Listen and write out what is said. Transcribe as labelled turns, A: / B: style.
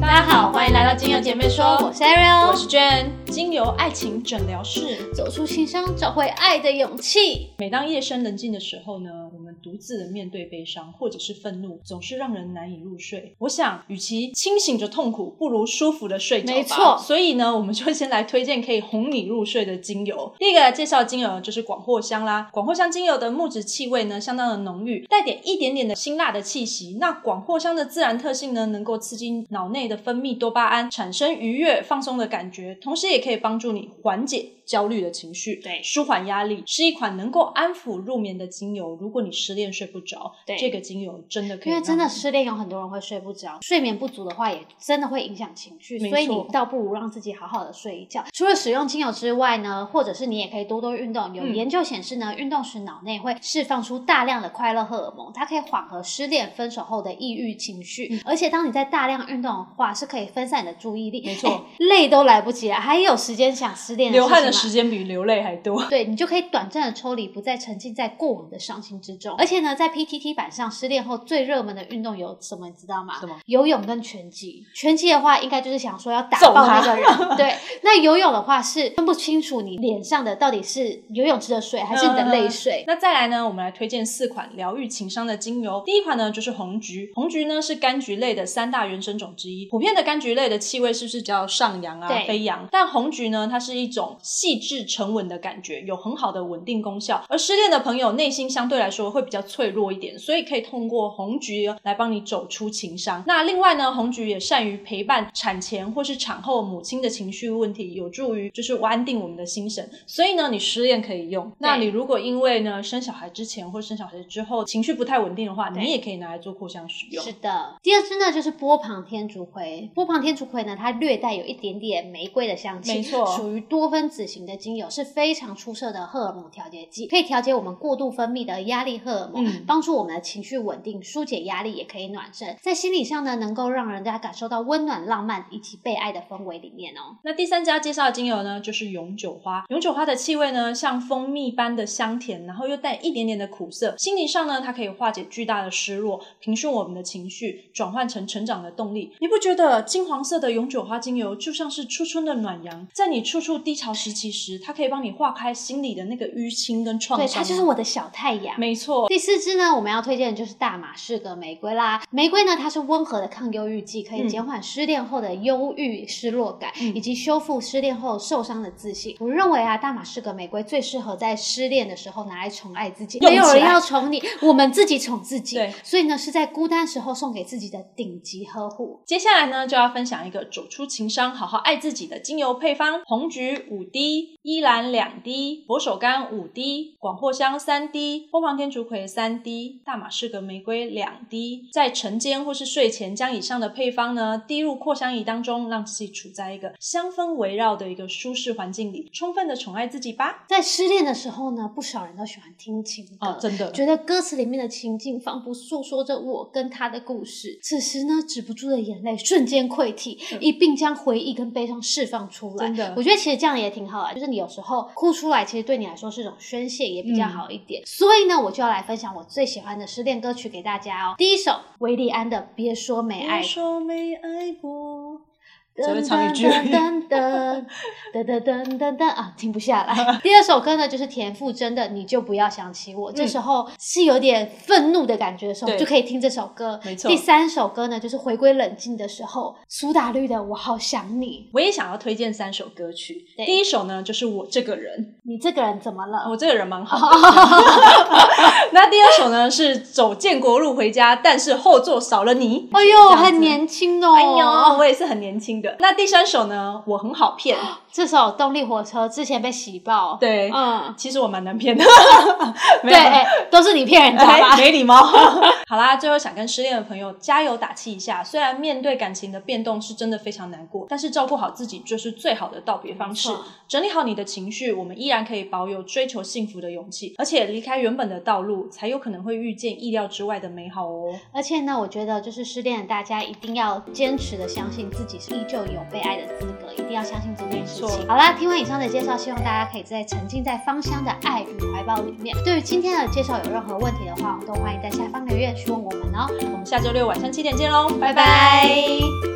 A: 大家好，欢迎来到金友姐妹说，
B: 我是 Ariel，
A: 我是 Jane。经由爱情诊疗室，
B: 走出情伤，找回爱的勇气。
A: 每当夜深人静的时候呢，我们独自的面对悲伤或者是愤怒，总是让人难以入睡。我想，与其清醒着痛苦，不如舒服的睡着吧。
B: 没错
A: 所以呢，我们就先来推荐可以哄你入睡的精油。第一个来介绍的精油就是广藿香啦。广藿香精油的木质气味呢，相当的浓郁，带点一点点的辛辣的气息。那广藿香的自然特性呢，能够刺激脑内的分泌多巴胺，产生愉悦、放松的感觉，同时也可以帮助你缓解。焦虑的情绪，
B: 对
A: 舒缓压力，是一款能够安抚入眠的精油。如果你失恋睡不着，
B: 对
A: 这个精油真的可以
B: 因为
A: 让你，
B: 真的失恋有很多人会睡不着，睡眠不足的话也真的会影响情绪，
A: 没
B: 所以
A: 错
B: 你倒不如让自己好好的睡一觉。除了使用精油之外呢，或者是你也可以多多运动。有
A: 嗯
B: 研究显示呢，运动时脑内会释放出大量的快乐荷尔蒙，它可以缓和失恋、分手后的抑郁情
A: 嗯
B: 绪。而且当你在大量运动的话，是可以分散你的注意力，
A: 没 错
B: 哎累都来不及了，还有时间想失恋
A: 流汗的
B: 事情吗
A: 时间比流泪还多。
B: 对你就可以短暂的抽离，不再沉浸在过往的伤心之中。而且呢，在 PTT 版上，失恋后最热门的运动有什么？你知道吗？
A: 什么？
B: 游泳跟拳击。拳击的话，应该就是想说要打
A: 揍
B: 爆
A: 他
B: 那个 人。对，那游泳的话是分不清楚你脸上的到底是游泳池的水还是你的泪水。
A: 那再来呢，我们来推荐四款疗愈情商的精油。第一款呢就是红菊，红菊呢是柑橘类的三大原生种之一。普遍的柑橘类的气味是不是比较上扬啊
B: 对、
A: 飞扬？但红菊呢，它是一种细致沉稳的感觉，有很好的稳定功效。而失恋的朋友内心相对来说会比较脆弱一点，所以可以通过红菊来帮你走出情伤。那另外呢，红菊也善于陪伴产前或是产后母亲的情绪问题，有助于就是安定我们的心神。所以呢，你失恋可以用。那你如果因为呢生小孩之前或生小孩之后情绪不太稳定的话，
B: 对
A: 你也可以拿来做扩香使用
B: 是。的，第二支呢就是波旁天竺葵。波旁天竺葵呢，它略带有一点点玫瑰的香气，
A: 没错
B: 属于多分子型的精油，是非常出色的荷尔蒙调节剂，可以调节我们过度分泌的压力荷尔蒙，
A: 嗯
B: 帮助我们的情绪稳定，疏解压力，也可以暖身，在心理上呢，能够让人家感受到温暖、浪漫以及被爱的氛围里面哦。
A: 那第三家介绍的精油呢，就是永久花。永久花的气味呢，像蜂蜜般的香甜，然后又带一点点的苦涩。心灵上呢，它可以化解巨大的失落，平顺我们的情绪，转换成成长的动力。你不觉得金黄色的永久花精油就像是初春的暖阳，在你处处低潮时期时，它可以帮你化开心里的那个淤青跟创
B: 对，
A: 伤。
B: 它就是我的小太阳。
A: 没错，
B: 第四支呢，我们要推荐的就是大马士革玫瑰啦。玫瑰呢，它是温和的抗忧郁剂，可以
A: 嗯
B: 减缓失恋后的忧郁、失落感，
A: 嗯
B: 以及修复失恋后受伤的自信。我认为啊，大马士革玫瑰最适合在失恋的时候拿来宠爱自己。
A: 用
B: 没
A: 起来
B: 有人要宠你，我们自己宠自己
A: 对。
B: 所以呢，是在孤单时候送给自己的顶级呵护。
A: 接下来呢，就要分享一个走出情伤、好好爱自己的精油配方：红菊五滴，依兰两滴，佛手柑五滴，广藿香三滴，蜂房天竺葵三滴，大马士革玫瑰两滴。在晨间或是睡前，将以上的配方呢滴入扩香仪当中，让自己处在一个香氛围绕的一个舒适环境里，充分的宠爱自己吧。
B: 在失恋的时候呢，不少人都喜欢听情歌，
A: 哦，真的，
B: 觉得歌词里面的情境仿佛诉说着我跟他的故事。此时呢，止不住的眼泪瞬间溃堤，一并将回忆跟悲伤释放出来
A: 嗯真。的
B: 我觉得其实这样也挺好啊，就是你有时候哭出来，其实对你来说是一种宣泄，也比较
A: 嗯
B: 好一点。所以呢，我就要来分享我最喜欢的失恋歌曲给大家哦。第一首，维利安的《别说没爱
A: 别》。说没爱过。
B: 噔
A: 只会唱一句
B: 噔噔噔噔噔噔噔噔啊，停不下来。 第二首歌呢，就是田馥甄的《你就不要想起我》，这时候是有点愤怒的感觉的时候，
A: 嗯对
B: 就可以听这首歌。
A: 没错
B: 第三首歌呢，就是回归冷静的时候，苏打绿的《我好想你
A: 我也想要推荐三首歌曲。
B: 对
A: 第一首呢，就是我这个人。》，
B: 你这个人怎么了？
A: 我这个人蛮好的。 那第二首呢是走建国路回家，但是后座少了你。
B: 哎
A: 这
B: 呦，
A: 样子
B: 很。年轻哦！
A: 哎呦，我也是很年轻的。那第三首呢，我很好骗。
B: 这首《动力火车》之前被洗爆，，
A: 对，
B: 哦嗯，
A: 其实我蛮难 骗的。没
B: 对，
A: 有
B: 哎都是你骗人家吧
A: 哎，？没礼貌。 好啦，最后想跟失恋的朋友加油打气一下。虽然面对感情的变动是真的非常难过，但是照顾好自己就是最好的道别方式
B: 没错。
A: 整理好你的情绪，我们依然可以保有追求幸福的勇气，而且离开原本的道路，才有可能会遇见意料之外的美好哦。
B: 而且呢，我觉得就是失恋的大家一定要坚持的相信自己是依旧有被爱的资格，一定要相信这件事
A: 没错
B: 情。好啦，听完以上的介绍，希望大家可以在沉浸在芳香的爱与怀抱里面。对于今天的介绍有任何问题的话，都欢迎在下方留言询问我们哦。
A: 我们下周六晚上七点见喽，拜
B: 拜
A: 拜
B: 拜